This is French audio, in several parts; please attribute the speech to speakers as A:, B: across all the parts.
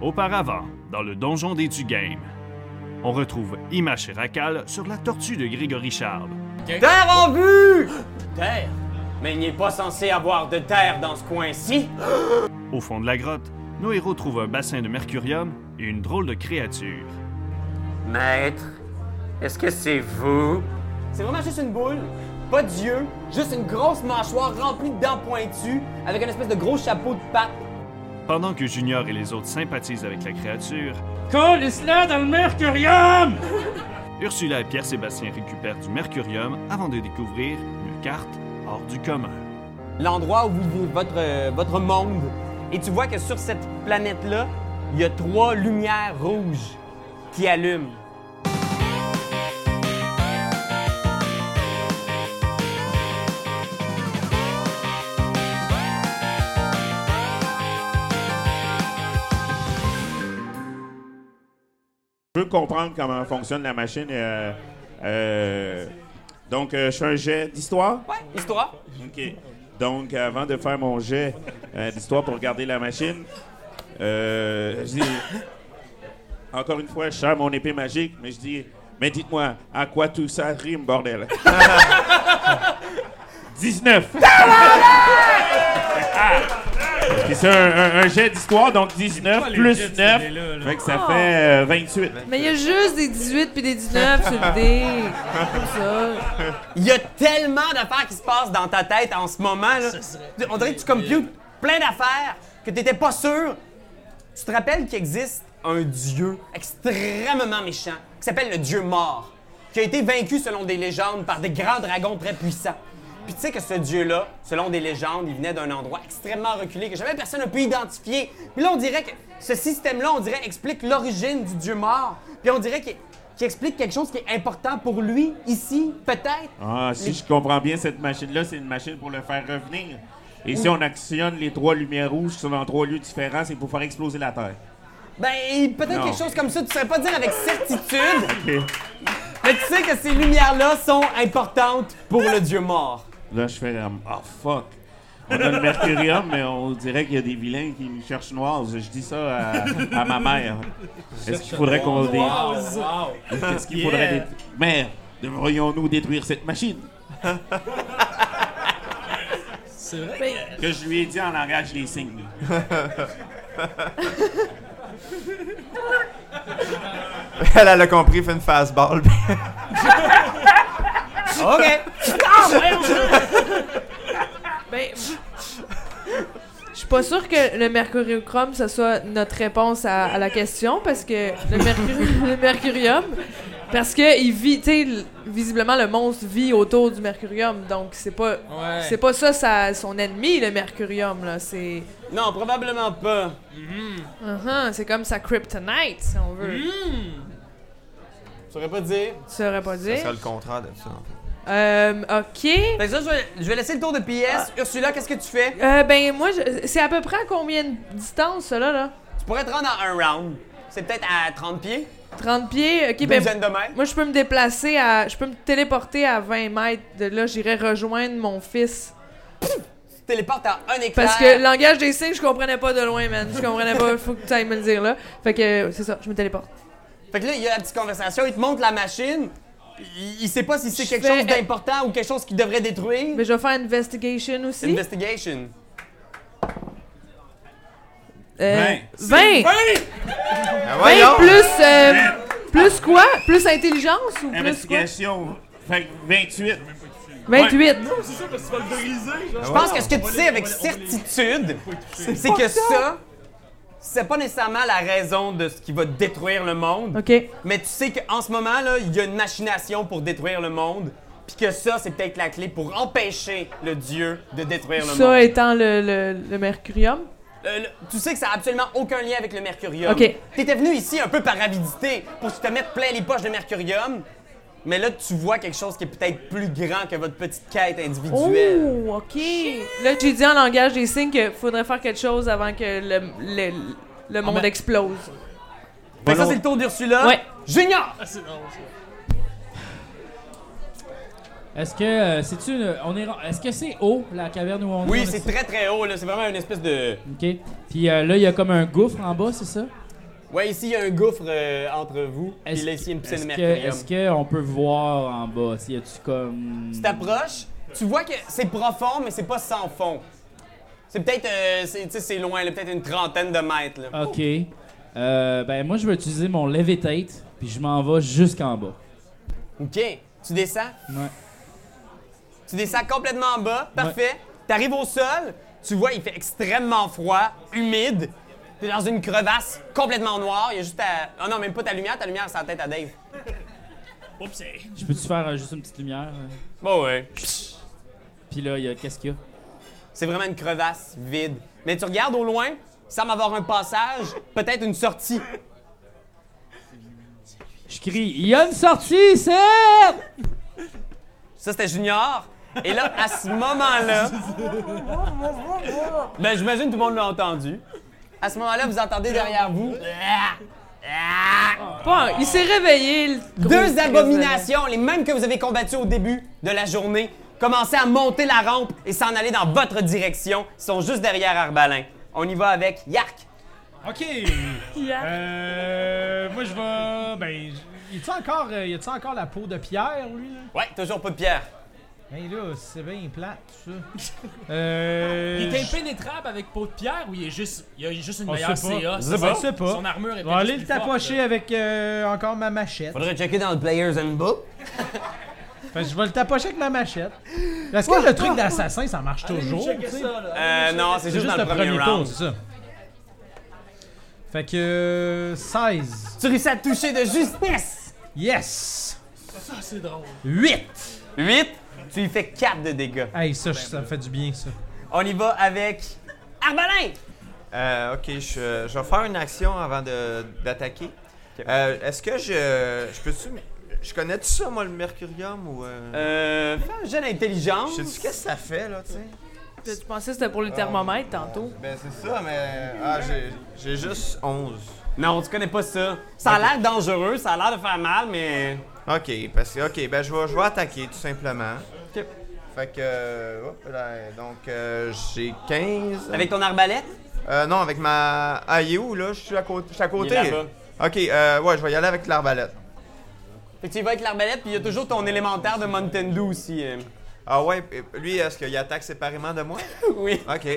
A: Auparavant, dans le donjon des Dugames, on retrouve Image et Racal sur la tortue de Grégory Charles.
B: Terre en vue!
C: Terre? Mais il n'est pas censé avoir de terre dans ce coin-ci.
A: Au fond de la grotte, nos héros trouvent un bassin de mercurium et une drôle de créature.
D: Maître, est-ce que c'est vous?
C: C'est vraiment juste une boule, pas d'yeux, juste une grosse mâchoire remplie de dents pointues, avec une espèce de gros chapeau de pape.
A: Pendant que Junior et les autres sympathisent avec la créature,
E: Colle cela dans le mercurium!
A: Ursula et Pierre-Sébastien récupèrent du mercurium avant de découvrir une carte hors du commun.
C: L'endroit où vous vivez votre, euh, votre monde. Et tu vois que sur cette planète-là, il y a trois lumières rouges qui allument.
F: Je veux comprendre comment fonctionne la machine. euh, euh, donc, euh, je fais un jet d'histoire.
C: Ouais, histoire.
F: OK. Donc, avant de faire mon jet euh, d'histoire pour regarder la machine, euh, je dis... Encore une fois, je sers mon épée magique, mais je dis... Mais dites-moi, à quoi tout ça rime, bordel? 19! Puis Ah! c'est un, un- un jet d'histoire, donc 19 plus 9, fait que ça fait euh, 28.
G: Mais il y a juste des 18 puis des 19 sur le dé. Comme ça.
C: Il y a tellement d'affaires qui se passent dans ta tête en ce moment. Là. Tu- On dirait que tu computes plein d'affaires que tu n'étais pas sûr. Tu te rappelles qu'il existe un dieu extrêmement méchant qui s'appelle le dieu mort, qui a été vaincu selon des légendes par des grands dragons très puissants. Puis tu sais que ce dieu-là, selon des légendes, il venait d'un endroit extrêmement reculé que jamais personne n'a pu identifier. Puis là, on dirait que ce système-là, on dirait, explique l'origine du dieu mort. Puis on dirait qu'il qu'il explique quelque chose qui est important pour lui, ici, peut-être.
F: Ah, si
C: Mais-
F: je comprends bien, cette machine-là, c'est une machine pour le faire revenir. Et si on actionne les trois lumières rouges qui sont dans trois lieux différents, c'est pour faire exploser la Terre.
C: Ben, peut-être
F: Non.
C: quelque chose comme ça, tu saurais pas dire avec certitude,
F: OK.
C: mais tu sais que ces lumières-là sont importantes pour le dieu mort.
F: Là, je fais comme, oh fuck. On a le mercurium, mais on dirait qu'il y a des vilains qui nous cherchent noirs. Je dis ça à, à ma mère. Est-ce qu'il faudrait qu'on dé... Est-ce qu'il faudrait dé- Mère, devrions-nous détruire cette machine?
E: C'est vrai.
F: Que je lui ai dit en langage des signes.
B: Elle, elle a compris, fait une fastball.
C: OK.
G: Ben. Je suis pas sûre que le mercuriochrome, ça soit notre réponse à, à la question, parce que le, mercuri- le mercurium, parce que il vit, tu sais, l- visiblement le monstre vit autour du mercurium, donc c'est pas,
E: Ouais.
G: c'est pas ça, sa- son ennemi, le mercurium là, c'est,
C: Non, probablement pas.
G: Uh-huh, c'est comme sa kryptonite, si on veut.
C: Je saurais pas dire.
G: Tu saurais pas
B: Ça
G: dire.
B: serait le contraire de ça. en fait.
G: Euh, ok.
C: Fait que Ben, ça, je vais, je vais laisser le tour de PS. Ursula, qu'est-ce que tu fais?
G: Euh, ben moi, je- c'est à peu près à combien de distance, ça, là, là?
C: Tu pourrais te rendre à un round. C'est peut-être à 30 pieds,
G: 30 pieds? Ok, ben...
C: douzaine de mètres.
G: Moi, je peux me déplacer à. Je peux me téléporter à 20 mètres. De là, j'irai rejoindre mon fils.
C: Tu téléportes à un éclair.
G: Parce que langage des signes, je comprenais pas de loin, man. Je comprenais pas. Faut que tu ailles me le dire là. Fait que euh, c'est ça, je me téléporte.
C: Fait que là, il y a la petite conversation, il te montre la machine. Il, il sait pas si c'est
G: Je
C: quelque
G: fais-
C: chose d'important ou quelque chose qu'il devrait détruire.
G: Mais je vais faire investigation aussi.
C: Investigation.
G: Euh,
F: Hein?
G: 20! 20,
B: Ben voyons!
G: plus. euh, plus quoi? Plus intelligence ou plus quoi?
F: Investigation. Fait que 28.
G: 28.
C: Je pense que ce que tu sais avec certitude, c'est que ça, c'est pas nécessairement la raison de ce qui va détruire le monde,
G: Ok.
C: mais tu sais qu'en ce moment, là, il y a une machination pour détruire le monde, puis que ça, c'est peut-être la clé pour empêcher le dieu de détruire le monde.
G: Ça étant le, le, le mercurium.
C: Euh, le- tu sais que ça a absolument aucun lien avec le mercurium.
G: Ok.
C: T'étais venu ici un peu par avidité pour te mettre plein les poches de mercurium, mais là, tu vois quelque chose qui est peut-être plus grand que votre petite quête individuelle.
G: Oh, ok. Là, j'ai dit en langage des signes qu'il faudrait faire quelque chose avant que le, le,
C: Ah,
G: le monde explose.
C: Fait que ça, c'est le tour d'Ursula.
G: Ouais.
C: Junior!
E: Est-ce que euh, c'est-tu une- on est ra- est-ce que c'est haut la caverne où on est? On
C: Oui,
E: est-
C: c'est très très haut, là. C'est vraiment une espèce de.
E: OK. Puis euh, là il y a comme un gouffre en bas, c'est ça
C: Ouais, ici, il y a un gouffre euh, entre vous. Puis
E: Est-ce-
C: là, ici, il y a une piscine
E: Est-ce que-
C: mercurium.
E: est-ce qu'on peut voir en bas? Y a-tu comme.
C: Tu t'approches, tu vois que c'est profond, mais c'est pas sans fond. C'est peut-être, euh, c'est- tu sais, c'est loin, là, peut-être une trentaine de mètres. Là.
E: Ok. Euh, ben, moi, je vais utiliser mon levitate, puis je m'en vais jusqu'en bas.
C: OK. Tu descends,
E: Ouais.
C: tu descends complètement en bas, parfait. T'arrives au sol, tu vois, il fait extrêmement froid, humide. T'es dans une crevasse complètement noire, il y a juste ta... Oh non, même pas ta lumière, ta lumière, c'est la tête à Dave.
H: Oups, eh.
E: Je peux-tu faire euh, juste une petite lumière? euh?
C: Bon, ouais.
E: Puis là, il y a- qu'est-ce qu'il y a?
C: C'est vraiment une crevasse vide. Mais tu regardes au loin, il semble avoir un passage, peut-être une sortie.
E: Je crie, il y a une sortie, c'est.
C: Ça, c'était Junior. Et là, à ce moment-là. ben, j'imagine tout le monde l'a entendu. À ce moment-là, vous entendez derrière vous
G: Bon, il s'est réveillé, le gros
C: deux
G: Chris
C: abominations, les mêmes que vous avez combattues au début de la journée, commencer à monter la rampe et s'en aller dans votre direction. Ils sont juste derrière Arbalin. On y va avec Yark.
H: Ok.
G: de- Yeah.
H: Euh, moi, je vais. Ben, y a-tu encore, euh, y a-tu encore la peau de pierre, lui, là?
C: Ouais, toujours pas de pierre.
H: Ben, là, c'est bien plate, tout ça. Euh.
I: Il est
H: je-
I: impénétrable avec peau de pierre ou il est juste, il a juste une
H: On
I: meilleure
H: sait pas.
I: CA?
H: Je sais pas. sais pas.
I: Son armure est
H: Je vais aller
I: peut-être
H: le
I: plus forte,
H: tapocher
I: là.
H: avec euh, encore ma machette.
C: Faudrait checker dans le Players Handbook.
H: Fait que je vais le tapocher avec ma machette. Parce que le truc d'assassin, ça marche toujours, tu sais.
C: Euh, non, c'est
H: C'est
C: juste,
H: juste,
C: dans
H: le premier,
C: round.
H: tour, c'est ça. Fait que. euh, 16.
C: Tu réussis à toucher de justesse.
H: Yes!
I: Ah, c'est drôle.
H: 8!
C: 8. Tu lui fais 4 de dégâts.
H: Hey,
I: Ben,
H: ça, je- ça me fait du bien, ça.
C: On y va avec Arbalin.
B: Euh, ok, je, je vais faire une action avant de- d'attaquer. Euh, Est-ce que je. Je peux-tu. m- Je connais-tu ça, moi, le mercurium ou. Euh,
C: Euh, fais un jeu d'intelligence.
B: Je sais-tu qu'est-ce que ça fait, là, tu sais?
G: Je pensais que c'était pour le thermomètre tantôt.
B: Ben, c'est ça, mais. Ah, j'ai- j'ai juste 11.
C: Non, tu connais pas ça. Ça a l'air dangereux, ça a l'air de faire mal, mais.
B: Ok, parce que. Ok, ben, je vais, je vais attaquer, tout simplement. Fait que. euh, hop là, donc, euh, j'ai 15.
C: Avec ton arbalète?
B: Euh, non, avec ma. Ah, il est où, là? Je suis à côté. Je suis à côté.
C: là-bas.
B: ok, euh, ouais, je vais y aller avec l'arbalète.
C: Fait que tu y vas avec l'arbalète, puis il y a toujours ton élémentaire de Mountain Dew aussi. euh.
B: Ah, ouais, euh, lui, est-ce qu'il attaque séparément de moi?
C: Oui.
B: Ok.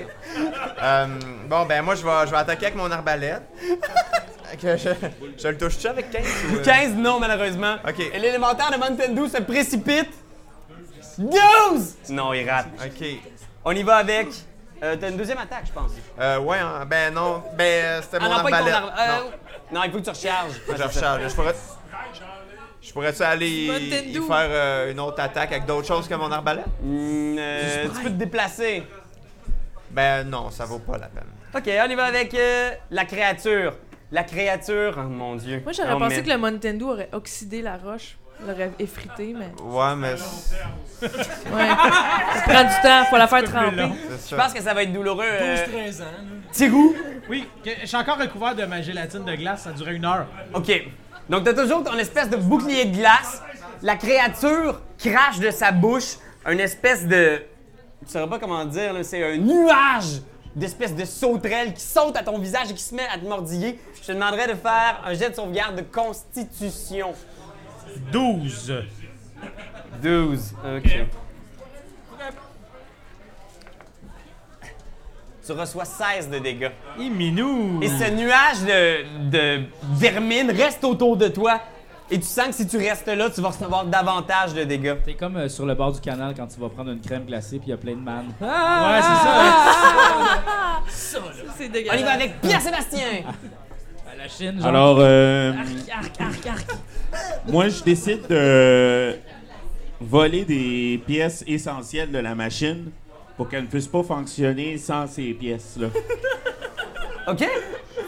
B: Euh, bon, ben, moi, je vais, je vais attaquer avec mon arbalète. Ok, je, je le touche-tu avec 15 ou. euh?
C: 15, non, malheureusement.
B: Ok.
C: Et l'élémentaire de Mountain Dew se précipite. 12! Non, il rate.
B: Ok.
C: On y va avec. euh, T'as une deuxième attaque, je pense.
B: Euh, ouais, hein, ben, non. Ben, euh, c'était mon
C: Ah, non, pas avec
B: arbalète.
C: ton euh, arbalète.
B: Non,
C: non, il faut que tu recharges.
B: je recharge. Je pourrais. Je pourrais-tu aller y- y
G: Mountain Dew.
B: faire euh, une autre attaque avec d'autres choses que mon arbalète?
C: Mm, euh, tu peux te déplacer.
B: Ben, non, ça vaut pas la peine.
C: Ok, on y va avec euh, la créature. La créature, oh mon dieu.
G: Moi, j'aurais
C: Oh,
G: pensé
C: man.
G: que le Mountain Dew aurait oxydé la roche, l'aurait effrité, mais.
B: Ouais, mais. c'est-
G: Ouais. ça prend du temps, faut la faire tremper.
B: c'est ça.
C: Je pense que ça va être douloureux. euh,
I: 12-13 ans. là.
C: Tirou.
H: Oui, que- je suis encore recouvert de ma gélatine de glace, ça durait une heure.
C: OK. Donc, t'as toujours ton espèce de bouclier de glace. La créature crache de sa bouche une espèce de. Tu saurais pas comment dire, là. C'est un nuage d'espèces de sauterelles qui sautent à ton visage et qui se met à te mordiller. Je te demanderais de faire un jet de sauvegarde de constitution.
H: 12.
C: 12. OK. Tu reçois 16 de dégâts.
H: Et minou!
C: Et ce nuage de, de vermine reste autour de toi. Et tu sens que si tu restes là, tu vas recevoir davantage de dégâts.
E: T'es comme euh, sur le bord du canal quand tu vas prendre une crème glacée, puis il y a plein de man.
H: Hein? Ouais, c'est ça.
G: C'est
C: On y va
G: dégueulasse.
C: avec Pierre-Sébastien.
E: À la Chine, genre.
F: Alors, euh,
G: Arc, arc, arc.
F: moi, je décide de voler des pièces essentielles de la machine pour qu'elle ne puisse pas fonctionner sans ces pièces-là.
C: OK?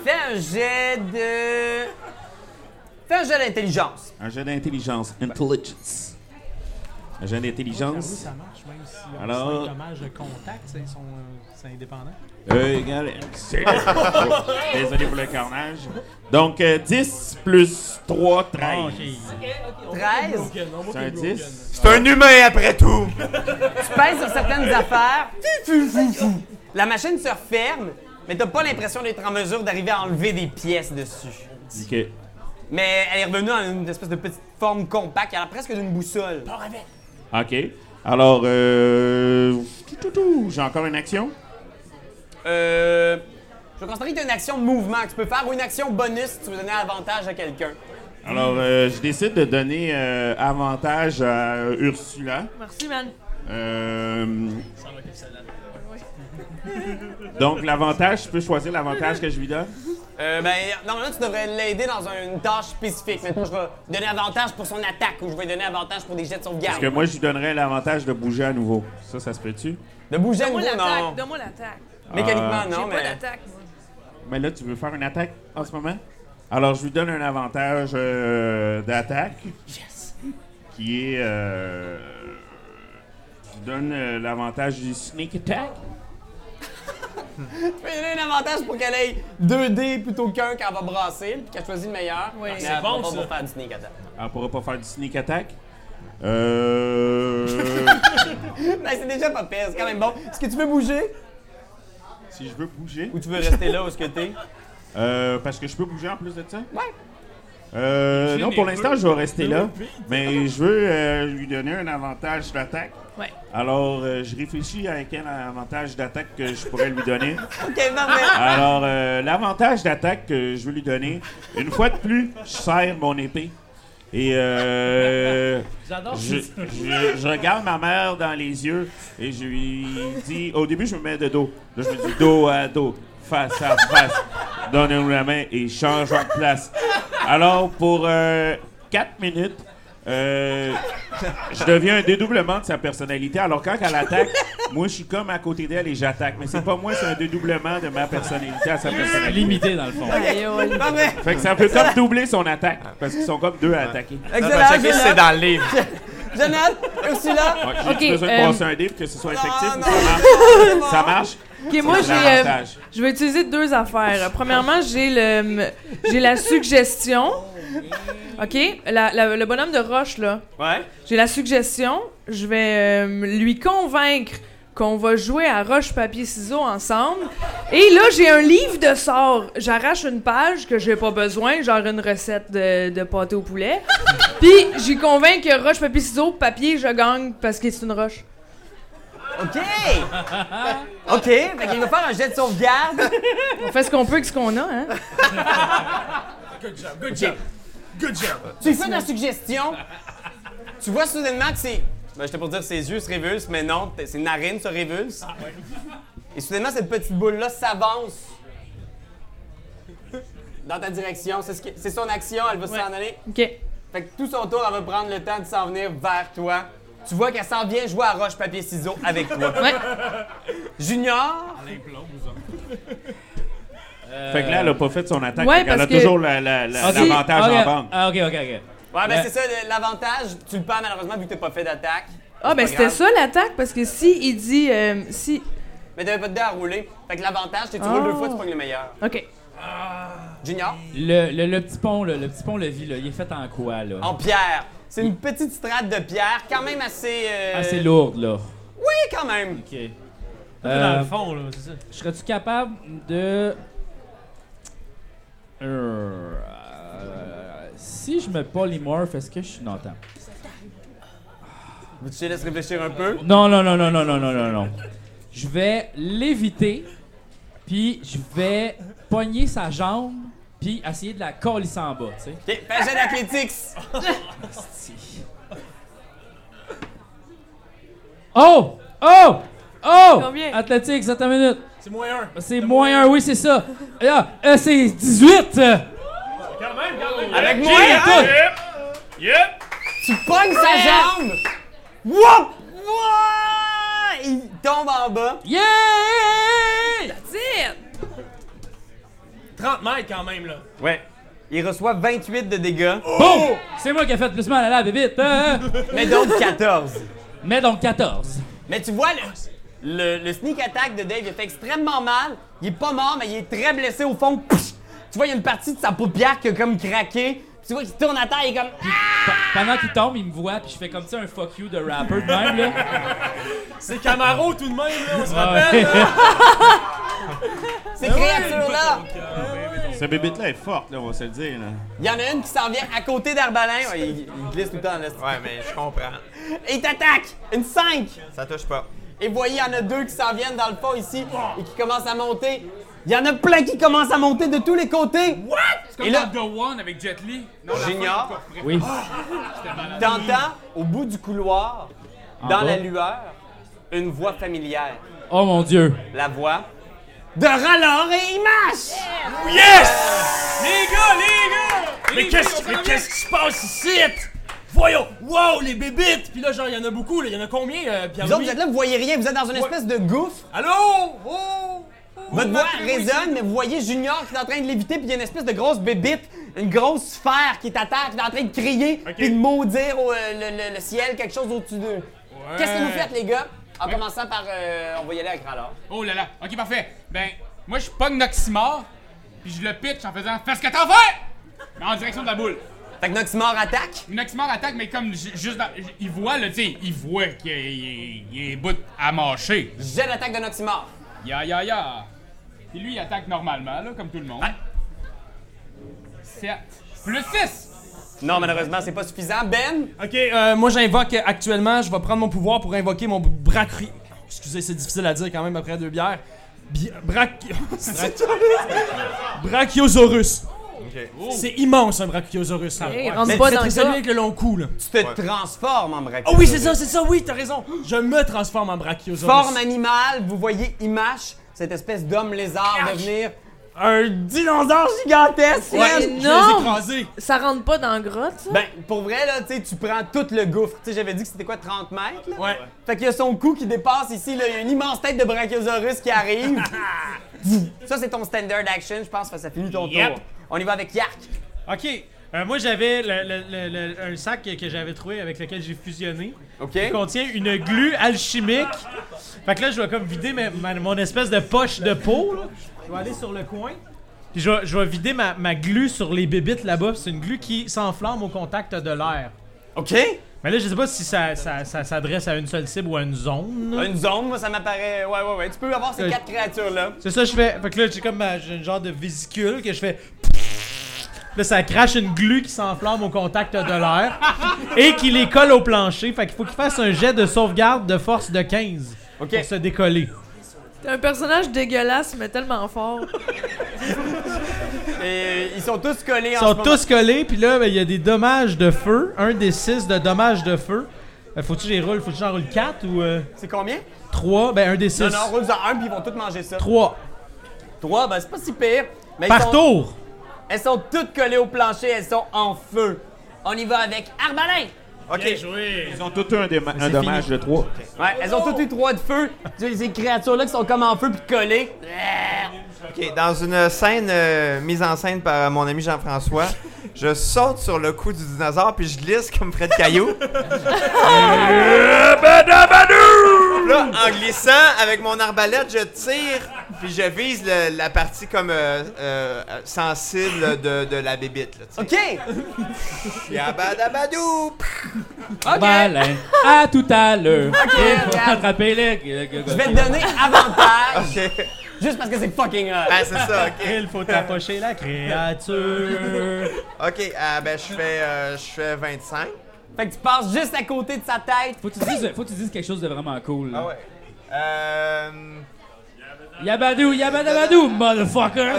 C: Fais un jet de... Fais un jet d'intelligence.
F: Un jeu d'intelligence. Intelligence. Un jeu d'intelligence.
H: Ça marche, même si on
F: Alors-
H: sent dommage de contact, c'est- ils sont, euh, c'est indépendant.
F: Euh, égal- c'est- Désolé pour le carnage. Donc, euh, 10 plus 3, 13.
H: Ok.
C: 13. Tu
F: C'est un 10.
B: C'est un humain après tout!
C: pèses sur certaines affaires. La machine se referme, mais t'as pas l'impression d'être en mesure d'arriver à enlever des pièces dessus.
F: Ok.
C: Mais elle est revenue en une espèce de petite forme compacte, elle a presque d'une boussole.
F: OK. Alors, euh... tout, tout, tout, j'ai encore une action.
C: Euh. Je vais considérer que t'as une action de mouvement que tu peux faire ou une action bonus si tu veux donner avantage à quelqu'un.
F: Alors, euh, je décide de donner euh, avantage à Ursula.
G: Merci, man.
F: Euh, Donc, l'avantage, je peux choisir l'avantage que je lui donne.
C: Euh, ben, normalement, tu devrais l'aider dans une tâche spécifique. Mais moi, je vais donner avantage pour son attaque ou je vais donner avantage pour des jets de
F: Parce que
C: sauvegarde.
F: moi, je lui donnerais l'avantage de bouger à nouveau. Ça, ça se peut-tu?
C: De bouger à
G: Donne-moi
C: nouveau, non.
G: l'attaque, donne-moi l'attaque.
C: Mécaniquement,
F: Ah.
C: non,
G: J'ai pas
C: mais.
G: d'attaque, moi.
F: Mais là, tu veux faire une attaque en ce moment? Alors, je lui donne un avantage euh, d'attaque. Qui est. euh, Je lui donne euh, l'avantage du sneak attack.
C: Tu peux lui donner un avantage pour qu'elle ait 2 dés plutôt qu'un qu'elle va brasser puis qu'elle choisit le meilleur.
G: Oui.
C: Mais
G: C'est
C: elle va
I: bon,
C: pas
I: ça.
C: pour faire du sneak attack.
F: Elle Ah, pourra pas faire du sneak attack. Euh.
C: Ben, c'est déjà pas pire, c'est quand même bon. Est-ce que tu veux bouger
F: si je veux bouger.
C: ou tu veux rester là où est-ce que t'es?
F: Euh, parce que je peux bouger en plus de ça?
C: Ouais.
F: Euh,
I: J'ai
F: non,
I: les
F: pour l'instant,
I: deux.
F: je vais rester là.
I: Deux.
F: Mais je veux euh, lui donner un avantage d'attaque.
G: Ouais.
F: Alors, euh, je réfléchis à quel avantage d'attaque que je pourrais lui donner.
C: Ok, non, mais.
F: Alors, euh, l'avantage d'attaque que je veux lui donner, une fois de plus, je serre mon épée. Et euh,
H: J'adore
F: je, je- je regarde ma mère dans les yeux et je lui dis... Au début, je me mets de dos. Là, je me dis dos à dos, face à face. Donnez-nous la main et changeons de place. Alors, pour 4 minutes, euh, je deviens un dédoublement de sa personnalité. Alors, quand elle attaque, moi, je suis comme à côté d'elle et j'attaque. Mais c'est pas moi, c'est un dédoublement de ma personnalité à sa personnalité.
E: Limité, dans le fond.
G: Aïe, aïe.
C: Non, mais.
F: Fait que ça peut comme doubler son attaque parce qu'ils sont comme deux à attaquer.
C: Excellent,
B: Checker si c'est
C: Jonathan.
B: dans le livre.
C: Jonathan, Ursula.
F: Ouais, J'ai
G: Ok,
F: besoin de
G: euh,
F: passer un dé pour que ce soit effectif,
C: non,
F: mais ça marche. Ça marche.
G: Ok, moi, j'ai. euh,
F: L'avantage.
G: je vais utiliser deux affaires. Premièrement, j'ai le, m- j'ai la suggestion. Ok, la- la- le bonhomme de roche là.
C: Ouais.
G: J'ai la suggestion. Je vais euh, lui convaincre qu'on va jouer à roche papier ciseaux ensemble. Et là, j'ai un livre de sorts. J'arrache une page que j'ai pas besoin, genre une recette de, de pâté au poulet. Puis j'y convainc que roche papier ciseaux papier, je gagne parce que c'est une roche.
C: OK! OK, fait qu'il va faire un jet de sauvegarde.
G: On fait ce qu'on peut avec ce qu'on a, hein.
I: Good job, good job. Good job.
C: tu lui fais de la suggestion. Tu vois soudainement que c'est. Ben, j'étais pour dire ses yeux se révulsent, mais non, t- ses narines se révulsent. Et soudainement, cette petite boule-là s'avance dans ta direction. C'est, ce qui- c'est son action, elle va s'en aller.
G: Ok.
C: Fait que tout son tour, elle va prendre le temps de s'en venir vers toi. Tu vois qu'elle s'en vient jouer à roche, papier, ciseaux avec toi.
G: Ouais.
C: Junior,
F: Fait que là, elle a pas fait son attaque.
G: Ouais,
F: fait qu'elle
G: parce
F: a
G: que-
F: toujours la- la- la-
E: Ok,
F: l'avantage
E: ok,
F: en bande.
E: Ah, ok, ok, ok.
C: Ouais, ben
E: Ouais.
C: c'est ça, le- l'avantage, tu le perds malheureusement vu que t'as pas fait d'attaque.
G: Ah, ben
C: pas
G: c'était
C: grave.
G: ça l'attaque, parce que si il dit. euh, si.
C: Mais t'avais pas de dés à rouler. Fait que l'avantage, c'est que tu
G: Oh.
C: roules
E: Ah.
C: deux fois, tu pognes le meilleur.
G: Ok.
C: Junior,
E: Le, le, le petit pont, là, le petit pont levis, là, il est fait en quoi, là?
C: en pierre. C'est une petite strate de pierre, quand même assez. euh,
E: Assez lourde, là.
C: Oui, quand même.
E: Ok.
H: dans
E: Euh,
H: le fond, là, c'est ça.
E: Serais-tu capable de. Euh, euh, si je me polymorphe, est-ce que je suis. Non, attends.
C: Tu te laisses réfléchir un peu.
E: Non, non, non, non, non, non, non, non, non. Je vais l'éviter, puis je vais pogner sa jambe, puis essayer de la colisser en bas, tu sais.
C: Ok, fais un jet d'athlétics.
E: Oh! Oh! Oh!
G: Combien?
E: Athletics, attends une minute.
I: C'est moins un.
E: C'est moins un, oui, c'est ça. Et là, euh, c'est 18! euh.
I: Quand même, quand même.
C: Avec moi,
I: hein?
C: tu pognes sa jambe. Woup! Wouah! Il tombe en bas.
E: Yeah!
G: Zip!
I: 30 mètres quand même, là.
C: Ouais. Il reçoit 28 de dégâts,
E: Boum! C'est moi qui ai fait le plus mal à la bébite. hein.
C: mais donc 14.
E: Mais donc 14.
C: Mais tu vois, le, le- le sneak attack de Dave, il a fait extrêmement mal. Il est pas mort, mais il est très blessé au fond. Psh! Tu vois, il y a une partie de sa paupière qui a comme craqué. Tu vois qu'il tourne à terre, il est comme... Ah!
E: P- pendant qu'il tombe, il me voit, puis je fais comme ça un fuck you de rapper de même, là.
I: C'est Camaro tout de même, là, on se
E: Ah
I: rappelle.
E: ouais.
I: là.
C: Ces créatures-là
I: Ah ouais.
F: Cette bébite-là est forte, là, on va se le dire. Là.
C: Il y en a une qui s'en vient à côté d'Arbalin. Ouais, il, il glisse tout le temps en est.
B: Ouais, mais je comprends.
C: Et il t'attaque! Une 5!
B: Ça touche pas.
C: Et voyez, il y en a deux qui s'en viennent dans le fond ici et qui commencent à monter. Il y en a plein qui commencent à monter de tous les côtés.
I: C'est comme
C: Et là-
I: dans The One avec Jet Li. Non, la
C: J'ignore.
I: fin, pas vrai.
E: Oui.
C: T'entends, au bout du couloir,
E: En
C: dans
E: bas.
C: la lueur, une voix familière.
E: Oh mon dieu.
C: La voix de Rallor et Image!
I: Les gars, les gars! Mais qu'est-ce mais qu'est-ce qui se passe ici? Voyons! Wow, les bébites! Puis là, genre, il y en a beaucoup, là. Il y en a combien, euh,
C: Vous autres,
I: Pierre-Louis?
C: vous êtes là, vous voyez rien, vous êtes dans une espèce de gouffre.
I: Allô? Oh!
C: Votre voix résonne, mais vous voyez Junior qui est en train de léviter, puis il y a une espèce de grosse bébite, une grosse sphère qui est à terre, qui est en train de crier, puis de maudire au- euh, le, le- le ciel, quelque chose au-dessus d'eux. Qu'est-ce que vous faites, les gars? En commençant par. euh, on va y aller à grand Lard.
I: Oh là là, ok parfait. Ben, moi je pogne Noximor, puis je le pitch en faisant Fais ce que t'en fais! Mais en direction de la boule.
C: Fait que Noximor attaque.
I: Noximor attaque, mais comme ju- juste dans- ju- Il voit, là, tu sais, il voit qu'il y a- il y a- il y a un bout à mâcher.
C: J'ai l'attaque de Noximor.
I: Ya ya ya! Puis lui, il attaque normalement, là, comme tout le monde. 7 plus 6!
C: Non, malheureusement, c'est pas suffisant. Ben,
J: Ok, euh, moi j'invoque euh, actuellement, je vais prendre mon pouvoir pour invoquer mon bracri. Excusez, c'est difficile à dire quand même après deux bières. Bi- brachio- C'est- Brachiosaurus. C'est immense un brachiosaurus. là.
G: Hey,
J: Ouais.
G: rentre
J: Mais
G: pas
J: c'est
G: dans le
J: celui
G: tas.
J: avec le long cou là.
C: tu te transformes en brachiosaurus.
J: Oh oui, c'est ça, c'est ça, oui, t'as raison. Je me transforme en brachiosaurus.
C: Forme animale, vous voyez Image, cette espèce d'homme lézard devenir un dinosaure gigantesque.
J: Ouais, je
C: man.
J: les ai
G: non!
J: écrasés.
G: Ça rentre pas dans la grotte, ça?
C: Ben, pour vrai, là, tu sais, tu prends tout le gouffre. Tu sais, j'avais dit que c'était quoi, 30 mètres? là?
J: Ouais.
C: Fait qu'il y a son cou qui dépasse ici, là. Il y a une immense tête de brachiosaurus qui arrive. ça, c'est ton standard action, je pense que ça finit ton
H: Yep.
C: tour. On y va avec Yark.
H: Ok. Euh, moi, j'avais le- le- le- le- un sac que, que j'avais trouvé avec lequel j'ai fusionné.
C: OK?
H: Il contient une glu alchimique. Fait que là, je vais comme vider ma- ma- mon espèce de poche de peau. là. Je vais aller sur le coin. Puis je vais, je vais vider ma, ma glu sur les bébites là-bas. C'est une glu qui s'enflamme au contact de l'air.
C: OK?
H: Mais là, je sais pas si ça, ça- ça s'adresse à une seule cible ou à une zone. là.
C: Une zone, moi, ça m'apparaît. Ouais, ouais, ouais. Tu peux avoir ces
H: Euh,
C: quatre créatures-là.
H: C'est ça que je fais. Fait que là, j'ai comme ma- j'ai une genre de vésicule que je fais. Là, ça crache une glu qui s'enflamme au contact de l'air et qui les colle au plancher. Fait qu'il faut qu'il fasse un jet de sauvegarde de force de 15
C: OK.
H: pour se décoller.
G: T'es un personnage dégueulasse, mais tellement fort.
C: Et ils sont tous collés
H: Ils
C: en
H: sont
C: ce moment.
H: tous collés, puis là, ben, il y a des dommages de feu. Un des 6 de dommages de feu. Euh, faut-tu que j'y roule Faut-tu que j'en roule 4 ou
C: C'est combien?
H: 3 Ben, un des 6.
C: Non, non, roule en un, puis ils vont tous manger ça.
H: 3.
C: Trois, ben, c'est pas si pire. Mais ils
H: Par
C: sont-
H: tour
C: Elles sont toutes collées au plancher, elles sont en feu. On y va avec Arbalin.
B: Ok,
F: Ils ont tous eu un, déma- un dommage de 3.
C: Ouais, elles ont toutes eu trois de feu. Tu sais, Ces créatures-là qui sont comme en feu puis collées.
B: ok. Dans une scène euh, mise en scène par mon ami Jean-François, je saute sur le cou du dinosaure puis je glisse comme Fred Caillou. Là, en glissant avec mon arbalète, je tire puis je vise le- la partie comme euh, euh, euh, sensible de, de la bébite. Là, tu sais. ah, ben,
C: OK!
B: Yabadabadou!
E: Balin. À tout à l'heure. Ok. Pour attraper les.
C: Je vais te donner avantage,
B: Ok.
C: juste parce que c'est fucking hot.
B: Ah, c'est ça, ok.
H: Il faut approcher la créature.
B: Ok, ah, ben, je fais, euh, je fais 25.
C: Fait que tu passes juste à côté de sa tête.
E: Faut que tu dises, faut que tu dises quelque chose de vraiment cool. là.
B: Ah ouais. Euh.
E: Yabadou, yabadabadou, motherfucker!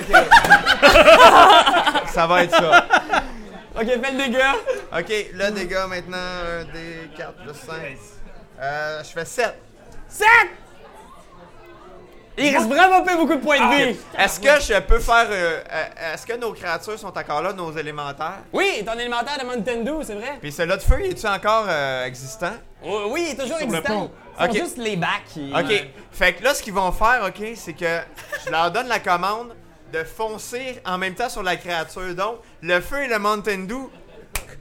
B: Ça va être ça.
C: OK, fais le dégât.
B: Ok, là, les gars, maintenant, un des 4 plus 5. Euh, je fais 7.
C: 7! Il reste vraiment pas beaucoup de points de vie.
B: Est-ce que je peux faire. euh, euh, Est-ce que nos créatures sont encore là, nos élémentaires?
C: Oui, ton élémentaire de Mountain Dew, c'est vrai?
B: Puis celui-là de feu, est tu encore euh, existant?
C: Oh, oui, il est toujours
F: le
C: existant.
F: pont.
C: Ils sont
B: OK.
C: juste les bacs. qui-
B: Ok, fait que là, ce qu'ils vont faire, ok, c'est que je leur donne la commande de foncer en même temps sur la créature. Donc, le feu et le Mountain Dew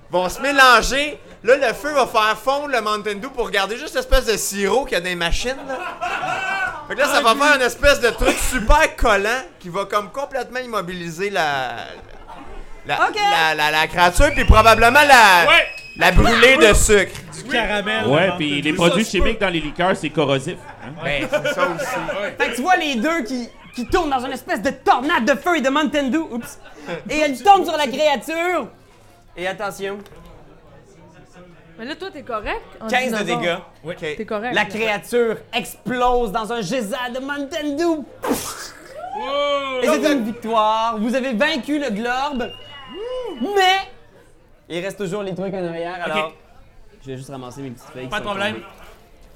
B: vont se mélanger. Là, le feu va faire fondre le Mountain Dew pour garder juste l'espèce de sirop qu'il y a dans les machines. Là. Fait que là,
C: Ah,
B: ça va faire une espèce de truc super collant qui va comme complètement immobiliser la. La,
C: Ok.
B: la, la- la créature, puis probablement la,
I: Ouais!
B: la brûler de sucre.
H: Du caramel.
F: Ouais, puis les produits
I: Ça, je peux.
F: chimiques dans les liqueurs, c'est corrosif. hein.
C: euh,
B: Ça aussi.
C: Fait que tu vois les deux qui, qui tourne dans une espèce de tornade de feu et de Mountain Dew. Oups. Et elle tombe sur la créature. Et attention,
G: Mais là, toi, t'es correct? en
C: 15 de
G: 19 ans.
C: dégâts.
G: T'es correct.
C: La créature explose dans un geyser de Mountain Dew. Pouf! Et c'est une victoire. Vous avez vaincu le globe. Mais il reste toujours les trucs en arrière. Alors, je vais juste ramasser mes petites feuilles.
I: Pas de problème.